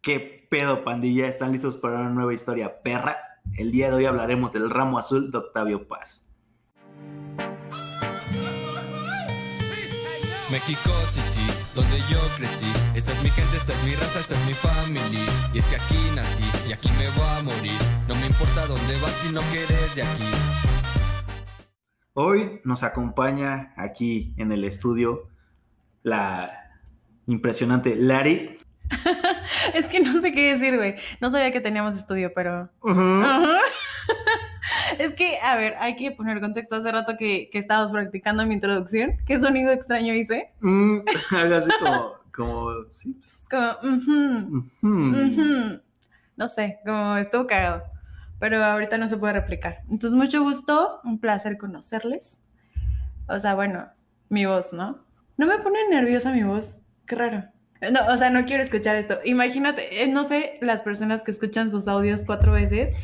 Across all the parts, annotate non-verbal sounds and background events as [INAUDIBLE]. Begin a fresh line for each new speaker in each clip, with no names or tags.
¿Qué pedo, pandilla? ¿Están listos para una nueva historia perra? El día de hoy hablaremos del ramo azul de Octavio Paz.
México City, donde yo crecí. Esta es mi gente, esta es mi raza, esta es mi family. Y es que aquí nací y aquí me voy a morir. No me importa dónde vas si no quieres de aquí.
Hoy nos acompaña aquí en el estudio la impresionante Lari.
Es que no sé qué decir, güey. No sabía que teníamos estudio, pero. Ajá. [LAUGHS] Es que, a ver, hay que poner contexto. Hace rato que, que estábamos practicando mi introducción. ¿Qué sonido extraño hice?
Mm, [LAUGHS] algo así como, como, sí, pues,
Como, ujú,
mm.
ujú. no sé, como estuvo cagado. Pero ahorita no se puede replicar. Entonces, mucho gusto, un placer conocerles. O sea, bueno, mi voz, ¿no? No me pone nerviosa mi voz. Qué raro. No, o sea, no quiero escuchar esto. Imagínate, eh, no sé, las personas que escuchan sus audios cuatro veces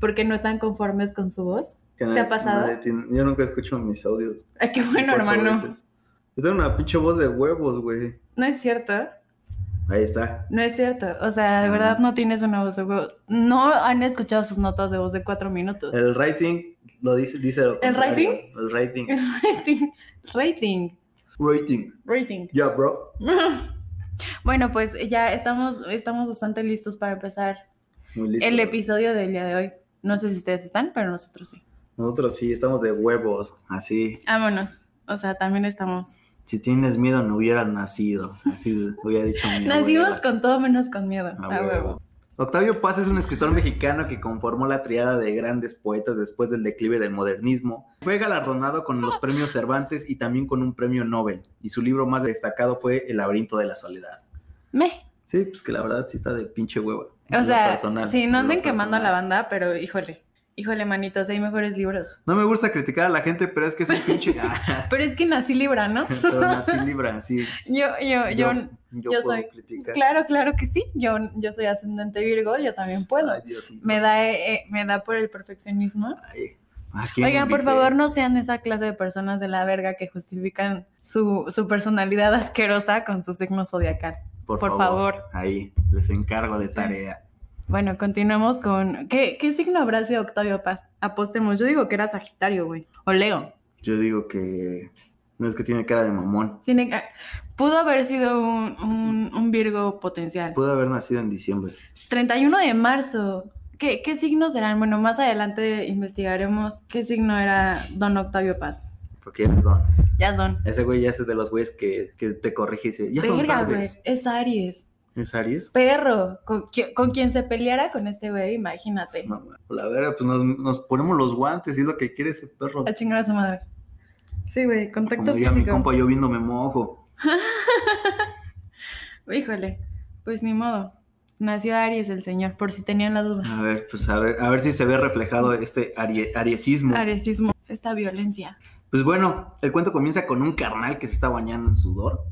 porque no están conformes con su voz.
Que
ha
nadie-
pasado?
nadie tiene- yo nunca escucho mis audios.
Ay, qué bueno,
cuatro
hermano.
veces. Yo tengo una pinche voz de huevos, güey.
No es cierto.
Ahí está.
No es cierto. O sea, de
Ah.
verdad no tienes una voz de huevo. No han escuchado sus notas de voz de cuatro minutos.
El rating lo dice, dice lo
¿El
contrario. El rating.
Rating. [LAUGHS] Rating.
Rating.
Rating.
Ya, bro.
[LAUGHS] Bueno, pues ya estamos, estamos bastante listos para empezar
Muy listo.
el episodio del día de hoy. No sé si ustedes están, pero nosotros sí.
Nosotros sí, estamos de huevos, así.
Vámonos. O sea, también estamos.
Si tienes miedo, no hubieras nacido. Así hubiera dicho mi
Nacimos
abuela.
con todo menos con miedo.
A
A
huevo.
huevo.
Octavio Paz es un escritor mexicano que conformó la triada de grandes poetas después del declive del modernismo. Fue galardonado con los premios Cervantes y también con un premio Nobel. Y su libro más destacado fue El laberinto de la soledad.
Me.
Sí, pues que la verdad sí está de pinche hueva.
O
En lo
sea,
personal,
sí,
en lo
no anden quemando a
personal.
la banda, pero híjole. Híjole, manitos, hay mejores libros.
No me gusta criticar a la gente, pero es que es un pinche. [LAUGHS] Ah,
Pero es que nací libra, ¿no?
pero nací libra, sí.
Yo, yo, yo,
yo
yo
puedo
soy-
criticar.
Claro, claro que sí. Yo, yo soy ascendente Virgo, yo también puedo.
Ay, Diosito.
Me da, eh, eh, me da por el perfeccionismo.
Ay, ¿a quién
Oigan, por
invité?
favor, no sean esa clase de personas de la verga que justifican su, su personalidad [LAUGHS] asquerosa con su signo zodiacal. por favor.
Ahí, les encargo de
Sí.
tarea.
Bueno, continuemos con. ¿Qué, qué signo habrá sido Octavio Paz? Apostemos. Yo digo que era Sagitario, güey. O Leo.
Yo digo que no es que tiene cara de mamón.
Tiene, que- pudo haber sido un, un- un Virgo potencial.
Pudo haber nacido en diciembre.
31 de marzo. ¿Qué, ¿Qué signos serán? Bueno, más adelante investigaremos qué signo era don Octavio Paz.
Porque eres don.
Ya son.
Ese güey ya es de los güeyes que, que te corrige y dice, ya son
Verga, güey.
tardes.
Es Aries.
¿Es Aries?
Perro. Con, qui- con quien se peleara con este güey, imagínate.
No, ma- la verga, pues nos, nos ponemos los guantes y es lo que quiere ese perro.
A chingar a su madre. Sí, güey,
Como
contacto
diría mi
físico.
compa, yo viendo me mojo.
Híjole, pues ni modo. Nació Aries el señor, por si tenían la duda.
A ver, pues a ver, a ver si se ve reflejado este arie- ariesismo.
Ariesismo, esta violencia.
Pues bueno, el cuento comienza con un carnal que se está bañando en sudor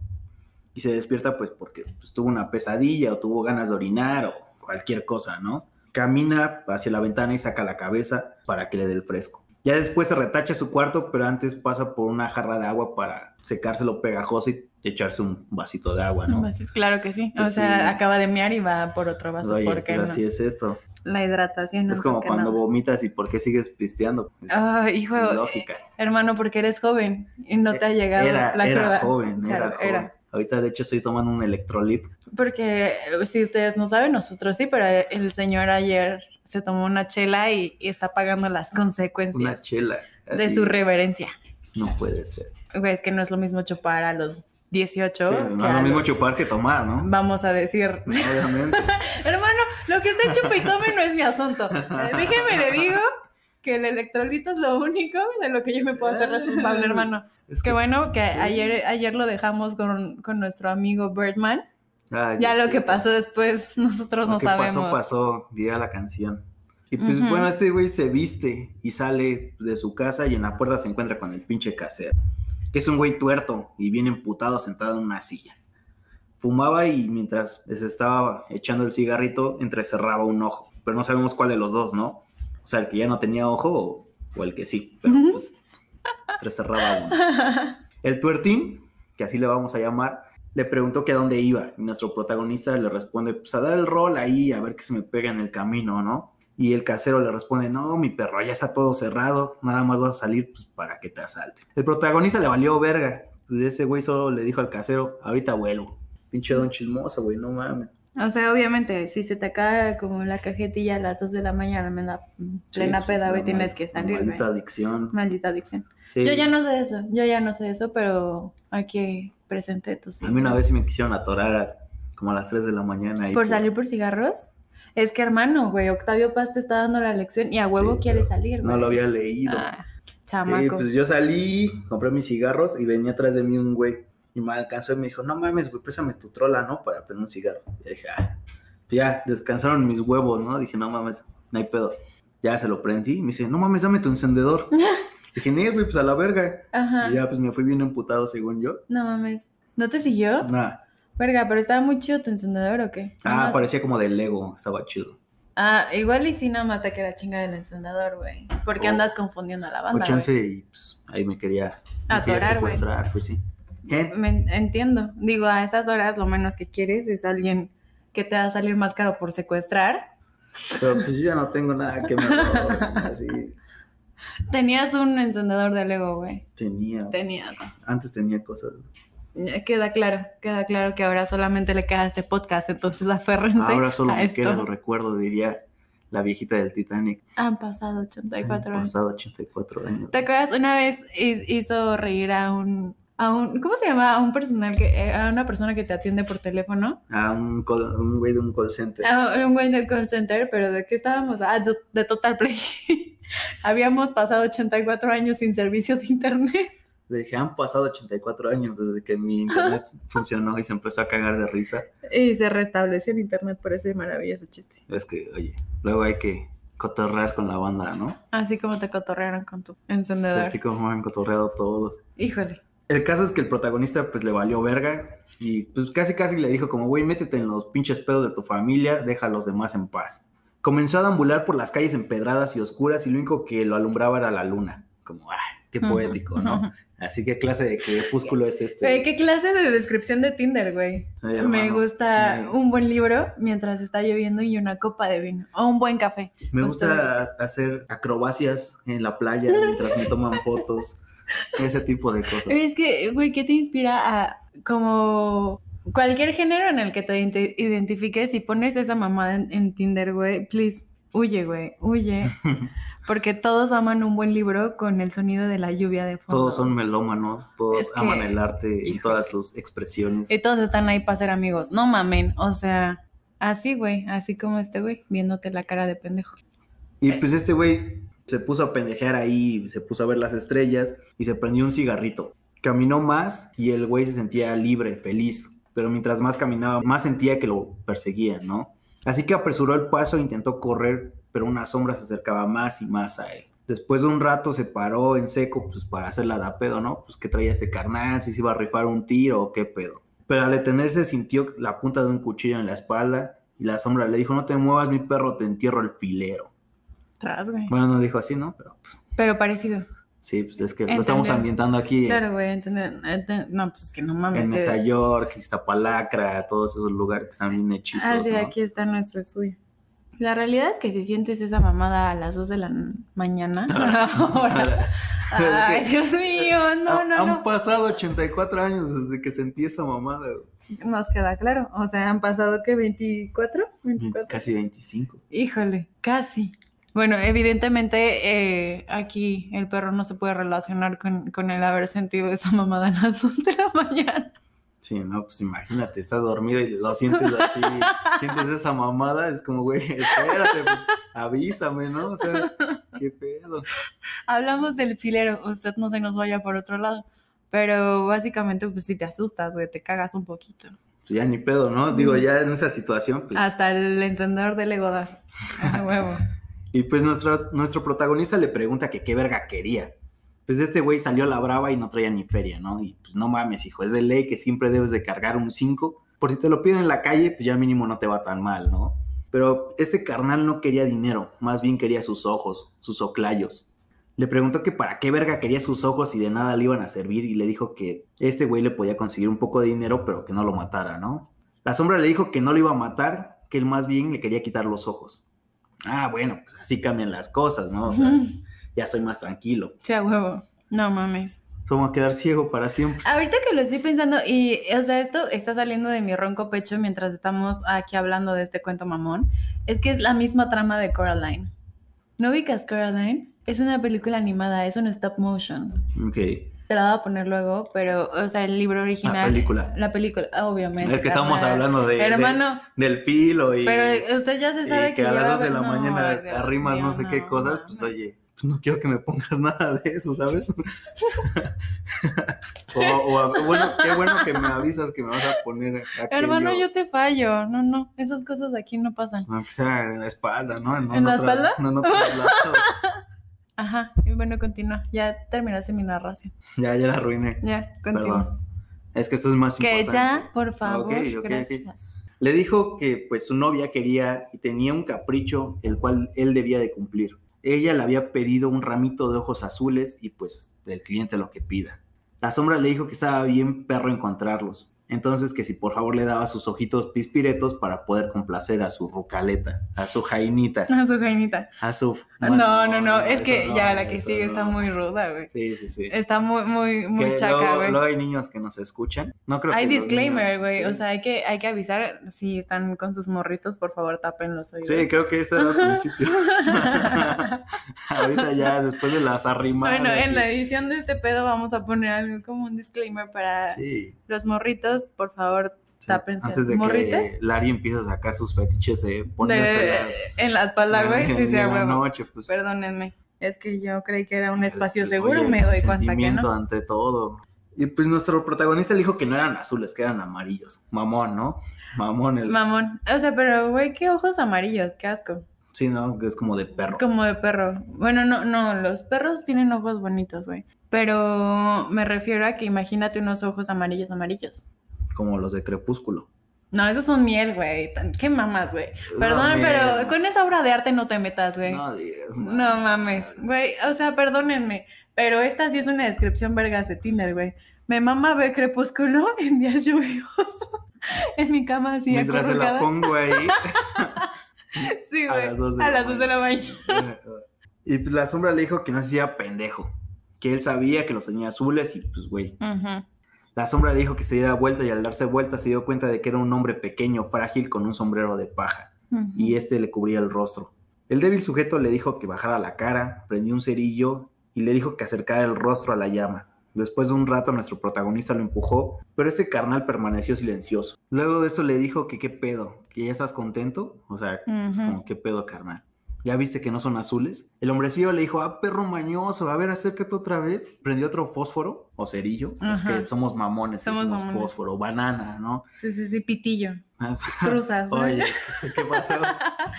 y se despierta pues porque pues, tuvo una pesadilla o tuvo ganas de orinar o cualquier cosa, ¿no? Camina hacia la ventana y saca la cabeza para que le dé el fresco. Ya después se retacha a su cuarto, pero antes pasa por una jarra de agua para secárselo pegajoso y echarse un vasito de agua, Ah, ¿no?
Pues, claro que sí.
Pues
o sea,
sí.
acaba de mear y va por otro vaso.
Oye,
¿Por qué
pues
no?
así es esto.
La hidratación.
es como cuando vomitas y ¿por qué sigues pisteando? Pues,
Ah,
es
hijo,
lógica.
eh, hermano, porque eres joven y no te ha llegado
Eh, era,
la
era
cruda.
joven, era
Claro,
joven.
era.
Ahorita de hecho estoy tomando un electrolit.
Porque eh, si ustedes no saben, nosotros sí, pero eh, el señor ayer se tomó una chela y, y está pagando las
Una
consecuencias
chela.
de
así.
su reverencia.
No puede ser.
Güey, es que no es lo mismo chupar a los 18.
Sí,
que
no
a
es lo mismo
los-
chupar que tomar, ¿no?
[LAUGHS] Vamos a decir,
Obviamente.
hermano, lo que está en chupa y tome no es mi asunto. Eh, Déjeme le digo que el electrolito es lo único de lo que yo me puedo hacer responsable, hermano.
Es
Qué bueno que
Sí.
ayer, ayer lo dejamos con, con nuestro amigo Birdman.
Ay,
Ya lo
Diosito.
que pasó después, nosotros
Lo
no
que
sabemos.
Pasó, pasó, diría la canción. Y pues
Ujú.
bueno, este güey se viste y sale de su casa y en la puerta se encuentra con el pinche casero, que es un güey tuerto y bien emputado sentado en una silla. Fumaba y mientras se estaba echando el cigarrito entrecerraba un ojo, pero no sabemos cuál de los dos, ¿no? O sea, el que ya no tenía ojo o, o el que sí, pero pues entrecerraba uno. El tuertín, que así le vamos a llamar, le preguntó que a dónde iba. Y nuestro protagonista le responde, pues a dar el rol ahí, a ver que se me pega en el camino, ¿no? Y el casero le responde, no, mi perro, ya está todo cerrado, nada más vas a salir pues, para que te asalte. El protagonista le valió verga. Pues ese güey solo le dijo al casero, ahorita vuelvo. Pinche don chismoso, güey, no mames.
O sea, obviamente, si se te acaba como la cajetilla a las 2 de la mañana, me da plena
Sí, pues,
peda, güey,
la
tienes
mal-
que salir. güey.
Maldita adicción.
Maldita adicción.
Sí.
Yo ya no sé eso, yo ya no sé eso, pero aquí presente tus
A mí una vez sí me quisieron atorar a- como a las 3 de la mañana. y
¿Por
pues,
salir por cigarros? Es que, hermano, güey, Octavio Paz te está dando la lección y a huevo
Sí,
quiere
pero
salir, güey.
No lo había leído.
Ah,
Sí,
chamaco.
pues yo salí, compré mis cigarros y venía atrás de mí un güey. Y me alcanzó y me dijo, no mames, güey, préstame tu trola, ¿no? Para prender un cigarro. Y dije, ah, ya, descansaron mis huevos, ¿no? Dije, no mames, no hay pedo. Ya se lo prendí y me dice, no mames, dame tu
[LAUGHS]
encendedor. dije, nee, güey, pues a la verga.
Ajá.
Y ya, pues me fui bien emputado, según yo.
No mames. ¿No te siguió?
Nah.
Verga, pero estaba muy chido tu encendedor o qué?
Ah,
No-
parecía como de Lego, estaba chido.
Ah, igual y sí nada más te queda chinga del encendedor, güey. Porque
O-
andas confundiendo a la
O
banda.
Oh. chance y pues ahí me quería, me quería
Atorar, güey. Mm.
secuestrar, pues sí. ¿Eh?
güey. Me en- entiendo. Digo, a esas horas lo menos que quieres es alguien que te va a salir más caro por secuestrar.
Pero pues yo ya no tengo nada que me roben,
[LAUGHS]
así
Tenías un encendedor de Lego, güey.
tenía.
Tenías.
Antes tenía cosas.
Ya Queda claro, queda claro que ahora solamente le queda este podcast, entonces [LAUGHS] aférrense.
Ahora solo
a
me
esto.
queda el recuerdo, diría la viejita del Titanic.
Han pasado 84
Han
años.
pasado 84 años.
¿Te acuerdas? Una vez hi- hizo reír a un, a un, ¿cómo se llama? A un personal que, eh, a una persona que te atiende por teléfono.
A un, col- un güey de un call center.
A un güey del call center, pero ¿de qué estábamos? Ah, de, de Total Play. [LAUGHS] Habíamos pasado 84 años sin servicio de internet.
Le dije, han pasado 84 años desde que mi internet
[LAUGHS]
funcionó y se empezó a cagar de risa.
Y se restableció el internet por ese maravilloso chiste.
Es que, oye, luego hay que cotorrear con la banda, ¿no?
Así como te cotorrearon con tu
O sea,
encendedor.
así como han cotorreado todos.
Híjole.
El caso es que el protagonista pues le valió verga y pues casi casi le dijo como, güey, métete en los pinches pedos de tu familia, deja a los demás en paz. Comenzó a deambular por las calles empedradas y oscuras y lo único que lo alumbraba era la luna. Como, ah, qué poético,
[LAUGHS]
¿no? Así que clase de crepúsculo es
Güey,
este.
¿Qué clase de descripción de Tinder, güey?
Sí,
Me
hermano.
gusta
Me-
un buen libro mientras está lloviendo y una copa de vino. O un buen café.
Me gusta hacer acrobacias en la playa mientras me
[LAUGHS]
toman fotos, ese tipo de cosas.
Es que, güey, ¿qué te inspira a como cualquier género en el que te ident- identifiques y pones esa mamada en, en Tinder, güey? Please, huye, güey,
[LAUGHS]
huye. Porque todos aman un buen libro con el sonido de la lluvia de fondo.
Todos son melómanos, todos
Es que-
aman el arte en
Híjole.
todas sus expresiones.
Y todos están ahí para ser amigos. No mamen, o sea, así, güey, así como este güey, viéndote la cara de pendejo.
Y pues este güey se puso a pendejear ahí, se puso a ver las estrellas y se prendió un cigarrito. Caminó más y el güey se sentía libre, feliz. Pero mientras más caminaba, más sentía que lo perseguían, ¿no? Así que apresuró el paso e intentó correr, pero una sombra se acercaba más y más a él. Después de un rato se paró en seco, pues para hacerla de a pedo, ¿no? Pues que traía este carnal, si se iba a rifar un tiro o qué pedo. Pero al detenerse sintió la punta de un cuchillo en la espalda y la sombra le dijo, no te muevas mi perro, te entierro el filero.
Tras, güey.
Bueno, no dijo así, ¿no? Pero pues,
Pero parecido.
sí, pues es que lo
Entendí.
estamos ambientando aquí
Claro, güey, entender. enten- No, pues es que no mames.
en
que-
Nueva York, Iztapalacra, todos esos lugares que están bien hechizos,
Ah, sí,
¿no?
aquí está nuestro suyo. La realidad es que si sientes esa mamada a las 2 de la n-
[LAUGHS]
mañana, [LAUGHS] ahora- ay,
Es que-
Dios mío, no,
Han-
no,
han
no.
pasado 84 años desde que sentí esa mamada, güey.
Nos queda claro. O sea, han pasado, ¿qué? ¿24? 24.
casi 25.
Híjole, casi. Bueno, evidentemente eh, aquí el perro no se puede relacionar con, con el haber sentido esa mamada a las [LAUGHS] 2 de la mañana.
Sí, no, pues imagínate, estás dormido y lo
[LAUGHS]
sientes así, sientes esa mamada, es como, güey, [LAUGHS] espérate, pues avísame, ¿no? O sea, qué pedo.
Hablamos del filero, usted no se nos vaya por otro lado. Pero básicamente, pues si te asustas, güey, te cagas un poquito.
Pues ya ni pedo, ¿no? Digo, ya en esa situación, pues.
Hasta el encendedor
[LAUGHS]
de legodas. A huevo.
Y pues nuestro, nuestro protagonista le pregunta que qué verga quería. Pues este güey salió a la brava y no traía ni feria, ¿no? Y pues no mames, hijo, es de ley que siempre debes de cargar un 5. Por si te lo piden en la calle, pues ya mínimo no te va tan mal, ¿no? Pero este carnal no quería dinero, más bien quería sus ojos, sus oclayos. le preguntó que para qué verga quería sus ojos y de nada le iban a servir y le dijo que este güey le podía conseguir un poco de dinero pero que no lo matara, ¿no? La sombra le dijo que no lo iba a matar, que él más bien le quería quitar los ojos. Ah, bueno, pues así cambian las cosas, ¿no? O sea, ya soy más tranquilo.
Sí, a huevo. No mames.
Solo voy a quedar ciego para siempre.
Ahorita que lo estoy pensando, y o sea, esto está saliendo de mi ronco pecho mientras estamos aquí hablando de este cuento mamón, es que es la misma trama de Coraline. ¿No ubicas Coraline? Es una película animada, es un stop motion.
Ok.
Te la voy a poner luego, pero, o sea, el libro original.
película.
La película, obviamente.
Es que estamos
carnal.
hablando de, de-
Hermano,
del filo y,
pero usted ya se
y
sabe
que a las
yo-
2 de la
no,
mañana
Dios
arrimas
mío,
no sé qué
no,
cosas,
no,
pues
no.
oye, pues, no quiero que me pongas [LAUGHS] nada de eso,
[LAUGHS]
¿sabes? o, o a- bueno, qué bueno que me avisas que me vas a poner aquello,
Hermano, yo te fallo. No, no, esas cosas de aquí no pasan.
pues, aunque sea en la espalda, ¿no?
¿En la
otras-
espalda?
No, en otros
[LAUGHS]
lados.
Ajá, y bueno, continúa. Ya terminaste mi narración.
Ya, ya la arruiné.
Ya, continúa.
Perdón. Es que esto es más
Que
importante.
ya, por favor,
ok, ok.
gracias. [LAUGHS]
Le dijo que pues su novia quería y tenía un capricho el cual él debía de cumplir. Ella le había pedido un ramito de ojos azules y pues el cliente lo que pida. La sombra le dijo que estaba bien perro encontrarlos. Entonces que si por favor le daba sus ojitos pispiretos para poder complacer a su rucaleta, a su jainita,
A su jaimita.
a su...
no, no, no, es
eso
que
no,
ya la que
eso
sigue está
no.
muy ruda, güey.
Sí, sí, sí.
Está muy, muy, muy
Que
chaca,
luego,
güey.
luego hay niños que nos escuchan. No creo
Hay
que los niños-
disclaimer, güey.
sí.
O sea, hay que, hay que avisar si están con sus morritos, por favor, tapen los oídos.
Sí, creo que eso era al
[LAUGHS]
principio. [LAUGHS] Ahorita ya, después de las arrimadas.
bueno, en
y-
la edición de este pedo vamos a poner algo como un disclaimer para
Sí,
los morritos, por favor,
sí.
Tápense.
Antes de
¿Morritas?
que Larry empiece a sacar sus fetiches de
de-
ponérselas
en la espalda, güey,
en-
sí,
en
sí, a
la
huevo.
noche, pues.
Perdónenme. Es que yo creí que era un espacio
Oye,
seguro, me doy
el
cuenta que
sentimiento
no.
ante todo. Y pues nuestro protagonista le dijo que no eran azules, que eran amarillos. Mamón, ¿no? Mamón el...
Mamón. O sea, pero güey, qué ojos amarillos, qué asco.
Sí, ¿no? Que es como de perro.
Como de perro. Bueno, no, no, los perros tienen ojos bonitos, güey. Pero me refiero a que imagínate unos ojos amarillos, amarillos.
Como los de Crepúsculo.
No, esos son miel, güey. Tan- Qué mamas, güey.
No,
Perdón, pero
mira.
con esa obra de arte no te metas, güey.
No, Dios, man.
No mames, güey, o sea, perdónenme, pero esta sí es una descripción vergas de Tinder, güey. Me mama ver crepúsculo [LAUGHS] en días lluviosos, en mi cama así
Mientras se la
acurrucada.
pongo ahí...
[LAUGHS] Sí,
a
güey,
las dos de
a
la
las dos de la mañana.
[LAUGHS] y pues la sombra le dijo que no se hacía pendejo, que él sabía que los tenía azules y pues güey.
Ujú.
La sombra le dijo que se diera vuelta y al darse vuelta se dio cuenta de que era un hombre pequeño, frágil, con un sombrero de paja,
Ujú.
y este le cubría el rostro. El débil sujeto le dijo que bajara la cara, prendió un cerillo y le dijo que acercara el rostro a la llama. Después de un rato nuestro protagonista lo empujó, pero este carnal permaneció silencioso. Luego de eso le dijo que qué pedo, que ya estás contento, o sea, es
Ujú.
como qué pedo carnal. ¿Ya viste que no son azules? El hombrecillo le dijo, ah, perro mañoso, a ver, acércate otra vez. Prendió otro fósforo o cerillo. Es
Ajá.
que somos mamones,
Somos
somos
mamones.
fósforo, banana, ¿no? [LAUGHS]
Sí, sí, sí, pitillo, cruzas. ¿no? [LAUGHS]
Oye, ¿qué pasó?
O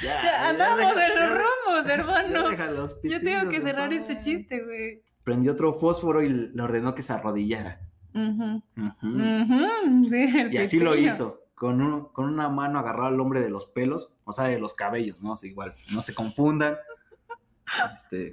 sea, Andamos
deja-
en los rumbos,
ya
hermano.
deja los
Yo tengo que
pitillos,
cerrar
hermano.
este chiste, güey.
Prendió otro fósforo y le ordenó que se arrodillara.
Ujú.
Ujú.
Mm, Ujú, sí, el
Mm. Y así lo
pitillo.
hizo. Con, un- con una mano agarró al hombre de los pelos, o sea, de los cabellos, ¿no? O sea, igual, no se confundan. Este,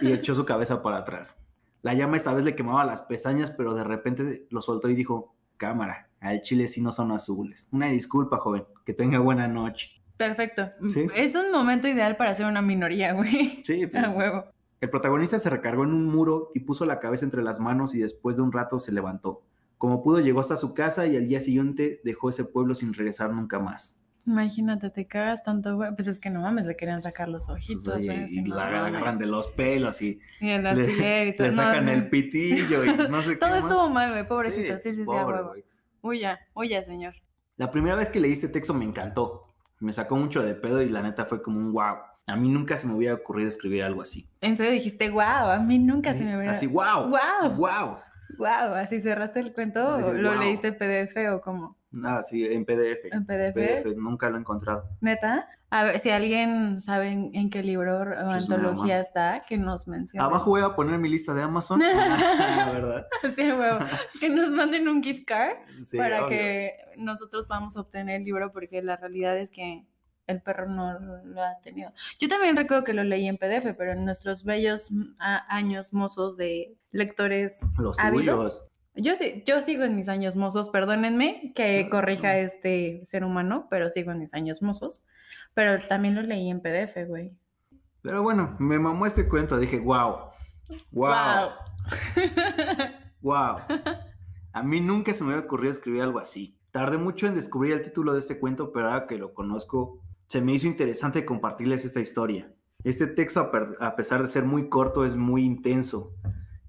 y echó su cabeza para atrás. La llama esta vez le quemaba las pestañas, pero de repente lo soltó y dijo, cámara, al chile sí no son azules. Una disculpa, joven, que tenga buena noche.
Perfecto.
Sí.
Es un momento ideal para ser una minoría, güey.
Sí,
A
pues,
Ah, huevo.
El protagonista se recargó en un muro y puso la cabeza entre las manos y después de un rato se levantó. Como pudo llegó hasta su casa y al día siguiente dejó ese pueblo sin regresar nunca más.
Imagínate, te cagas tanto, güey. Pues es que no mames, le querían sacar los ojitos.
Pues, oye,
¿eh?
y
Sí, no
la
mames.
agarran de los pelos y
Y el
le,
alfiler y
[LAUGHS]
todo.
le
No,
sacan
no.
el pitillo y no
[LAUGHS]
sé qué
Todo
más.
estuvo mal, güey, pobrecito. Sí, sí, sí, a
pobre,
huevo.
güey.
Huya, huya, señor.
La primera vez que leí este texto me encantó. Me sacó mucho de pedo y la neta fue como un wow. A mí nunca se me hubiera ocurrido escribir algo así.
En serio dijiste, wow, a mí nunca se
Sí,
me hubiera.
Así, wow.
Guau.
Wow.
Wow, así cerraste el cuento,
Así,
o lo
guau.
leíste en PDF o como.
Nada, sí, en PDF.
En PDF.
PDF, nunca lo he encontrado.
Neta. A ver, si alguien sabe en, en qué libro o antología
Pues mamá.
está, que nos mencione.
Abajo voy a poner mi lista de Amazon. Ah, ¿Verdad?
[LAUGHS] Sí,
[LAUGHS]
a huevo. que nos manden un gift card.
Sí,
para
obvio.
que nosotros podamos obtener el libro, porque la realidad es que el perro no lo ha tenido. Yo también recuerdo que lo leí en PDF, pero en nuestros bellos mm, a- años mozos de lectores
Los
¿Hábilos?
tuyos.
Yo, sí- yo sigo en mis años mozos, perdónenme que
No,
corrija
no.
este ser humano, pero sigo en mis años mozos. Pero también lo leí en PDF, güey.
Pero bueno, me mamó este cuento. Dije, wow. Wow. [LAUGHS] Wow. A mí nunca se me había ocurrido escribir algo así. Tardé mucho en descubrir el título de este cuento, pero ahora que lo conozco, se me hizo interesante compartirles esta historia. Este texto, a per- a pesar de ser muy corto, es muy intenso.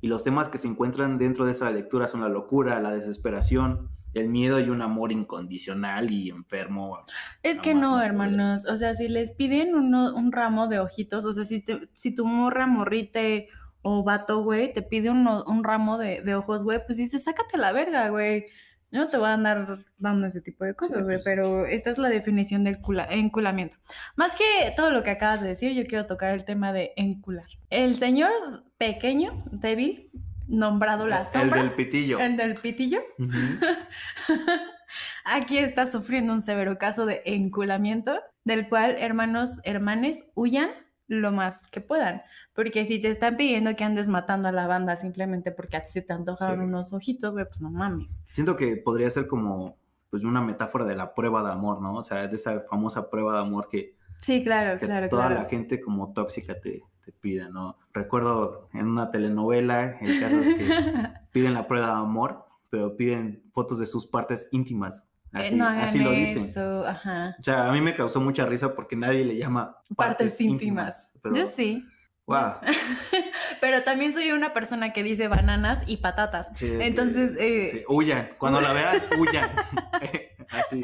Y los temas que se encuentran dentro de esta lectura son la locura, la desesperación, el miedo y un amor incondicional y enfermo.
Es
No
que
más
no,
no poder.
hermanos. O sea, si les piden uno, un ramo de ojitos, o sea, si, te- si tu morra, morrite o vato, güey, te pide uno- un ramo de, de ojos, güey, pues dices, sácate la verga, güey. Yo no te voy a andar dando ese tipo de cosas,
Sí,
güey,
pues.
pero esta es la definición del cula- enculamiento. Más que todo lo que acabas de decir, yo quiero tocar el tema de encular. El señor pequeño, débil, nombrado la
el
sombra,
del pitillo.
el del pitillo, [LAUGHS]
Ujú.
Aquí está sufriendo un severo caso de enculamiento, del cual hermanos, hermanes, huyan lo más que puedan. Porque si te están pidiendo que andes matando a la banda simplemente porque a ti se te antojaron
Sí.
unos ojitos, güey, pues no mames.
Siento que podría ser como pues, una metáfora de la prueba de amor, ¿no? O sea, de esa famosa prueba de amor que
Sí, claro,
que
claro,
toda
claro.
la gente como tóxica te, te pida, ¿no? Recuerdo en una telenovela, el caso es
[LAUGHS]
que
Eh,
piden la prueba de amor, pero piden fotos de sus partes íntimas. Así,
Eh, no hagan
así lo dicen.
eso, ajá.
O sea, a mí me causó mucha risa porque nadie le llama
Partes íntimas.
pero,
Yo sí.
guau,
Yo sí. [LAUGHS] pero también soy una persona que dice bananas y patatas.
sí, sí,
Entonces, eh,
sí, huyan. Cuando la vean,
[LAUGHS]
huyan. [LAUGHS] así.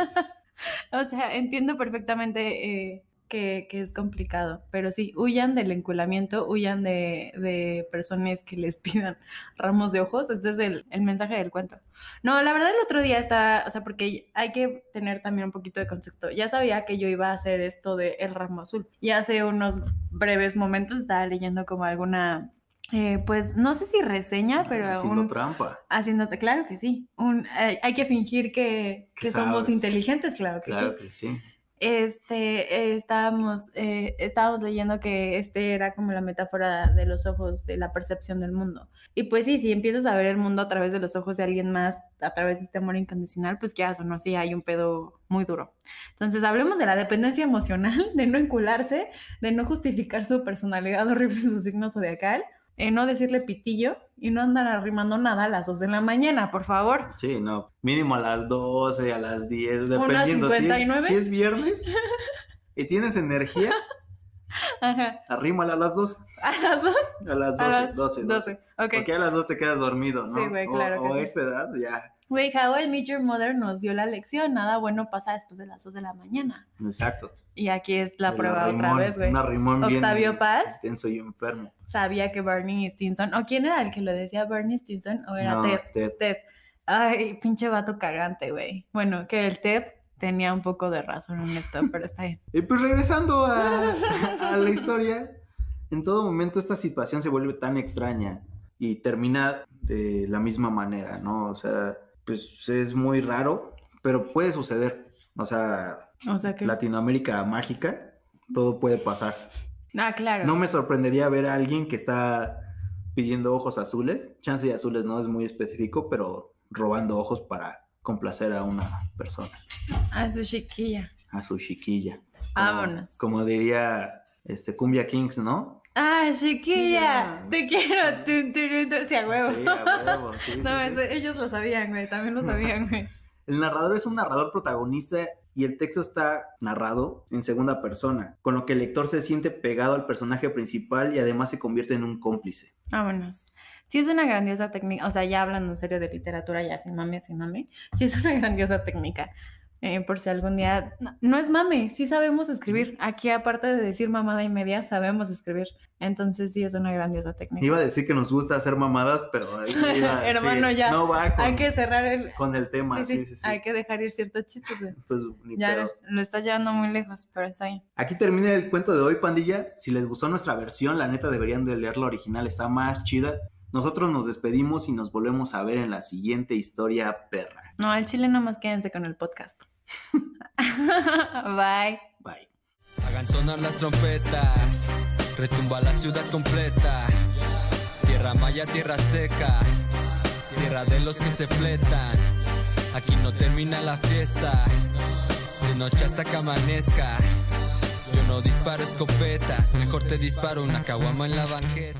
O sea, entiendo perfectamente eh, que, que es complicado, pero sí, huyan del enculamiento, huyan de, de personas que les [LAUGHS] pidan ramos de ojos. Este es el, el mensaje del cuento. No, la verdad, el otro día está, o sea, porque hay que tener también un poquito de contexto. Ya sabía que yo iba a hacer esto de El Ramo Azul. Y hace unos breves momentos estaba leyendo como alguna, eh, pues no sé si reseña, Ah, pero
Haciendo
un-
trampa.
haciéndote, claro que sí. Un, eh, hay, hay que fingir que,
Que
que somos
sabes.
inteligentes, claro que sí.
Claro que sí.
Este, eh, estábamos, eh, estábamos leyendo que este era como la metáfora de los ojos, de la percepción del mundo. Y pues sí, si empiezas a ver el mundo a través de los ojos de alguien más, a través de este amor incondicional, pues ya o no, así hay un pedo muy duro. Entonces, hablemos de la dependencia emocional, de no encularse, de no justificar su personalidad horrible, [LAUGHS] su signo zodiacal, eh, no decirle pitillo y no andar arrimando nada a las dos de la mañana, por favor.
Sí, no. Mínimo a las 12, a las 10, dependiendo. Si es,
59.
si es
[LAUGHS]
viernes y tienes energía,
Ajá.
arrímala a las 2.
A las dos,
A las 12,
A
12,
las
12.
doce. Ok.
Porque a las 2 te quedas dormido, ¿no?
Sí, güey, claro
O,
que
o
sí.
a esta edad ya.
Güey, How I Met Your Mother nos dio la lección. Nada bueno pasa después de las 2 de la mañana.
Exacto.
Y aquí es la
El
prueba otra
arrimón,
vez, güey.
Un arrimón bien
Octavio Paz.
Intenso y enfermo.
Sabía que Barney Stinson, o quién era el que lo decía, Barney Stinson, o era
No,
Ted.
Ted.
Ted. Ay, pinche vato cagante, güey. Bueno, que el Ted tenía un poco de razón
[LAUGHS]
en esto, pero está bien.
Y pues regresando a, a la historia, en todo momento esta situación se vuelve tan extraña y termina de la misma manera, ¿no? O sea, pues es muy raro, pero puede suceder. O sea,
O sea que.
Latinoamérica mágica, todo puede pasar.
Ah, claro.
No me sorprendería ver a alguien que está pidiendo ojos azules. Chance de azules no es muy específico, pero robando ojos para complacer a una persona,
A Ah, su chiquilla.
a su chiquilla. Como-
Vámonos.
Como diría este Cumbia Kings, ¿no?
Ah, chiquilla.
Ya.
Te quiero. Tun, turun, tun. Sí, a huevo.
Sí, a huevo,
[LAUGHS]
sí, sí,
No,
sí.
eso- ellos lo sabían, güey. También lo sabían, güey.
El narrador es un narrador protagonista y el texto está narrado en segunda persona, con lo que el lector se siente pegado al personaje principal y además se convierte en un cómplice.
Vámonos. Sí es una grandiosa técnica, o sea, ya hablando en serio de literatura, ya sin mame, sin mame, sí es una [LAUGHS] grandiosa técnica. Eh, por si algún día, no, no es mame, sí sabemos escribir. Aquí aparte de decir mamada y media, sabemos escribir. Entonces sí es una grandiosa técnica.
Iba a decir que nos gusta hacer mamadas, pero
[LAUGHS]
ahí iba-
Hermano, ya.
no va con,
Hay que cerrar el...
con el tema.
sí, sí,
sí, sí, sí.
Hay que dejar ir ciertos chistes. güey.
Pues, ni
Ya
pedo.
lo estás llevando muy lejos, pero está bien.
Aquí termina el cuento de hoy, pandilla. Si les gustó nuestra versión, la neta deberían de leer la original, está más chida. Nosotros nos despedimos y nos volvemos a ver en la siguiente historia perra.
No, al chile nomás quédense con el podcast. [LAUGHS] Bye.
Bye.
Hagan sonar las trompetas, retumba la ciudad completa. Tierra maya, tierra azteca, tierra de los que se fletan. Aquí no termina la fiesta, de noche hasta que amanezca. Yo no disparo escopetas, mejor te disparo una caguama en la banqueta.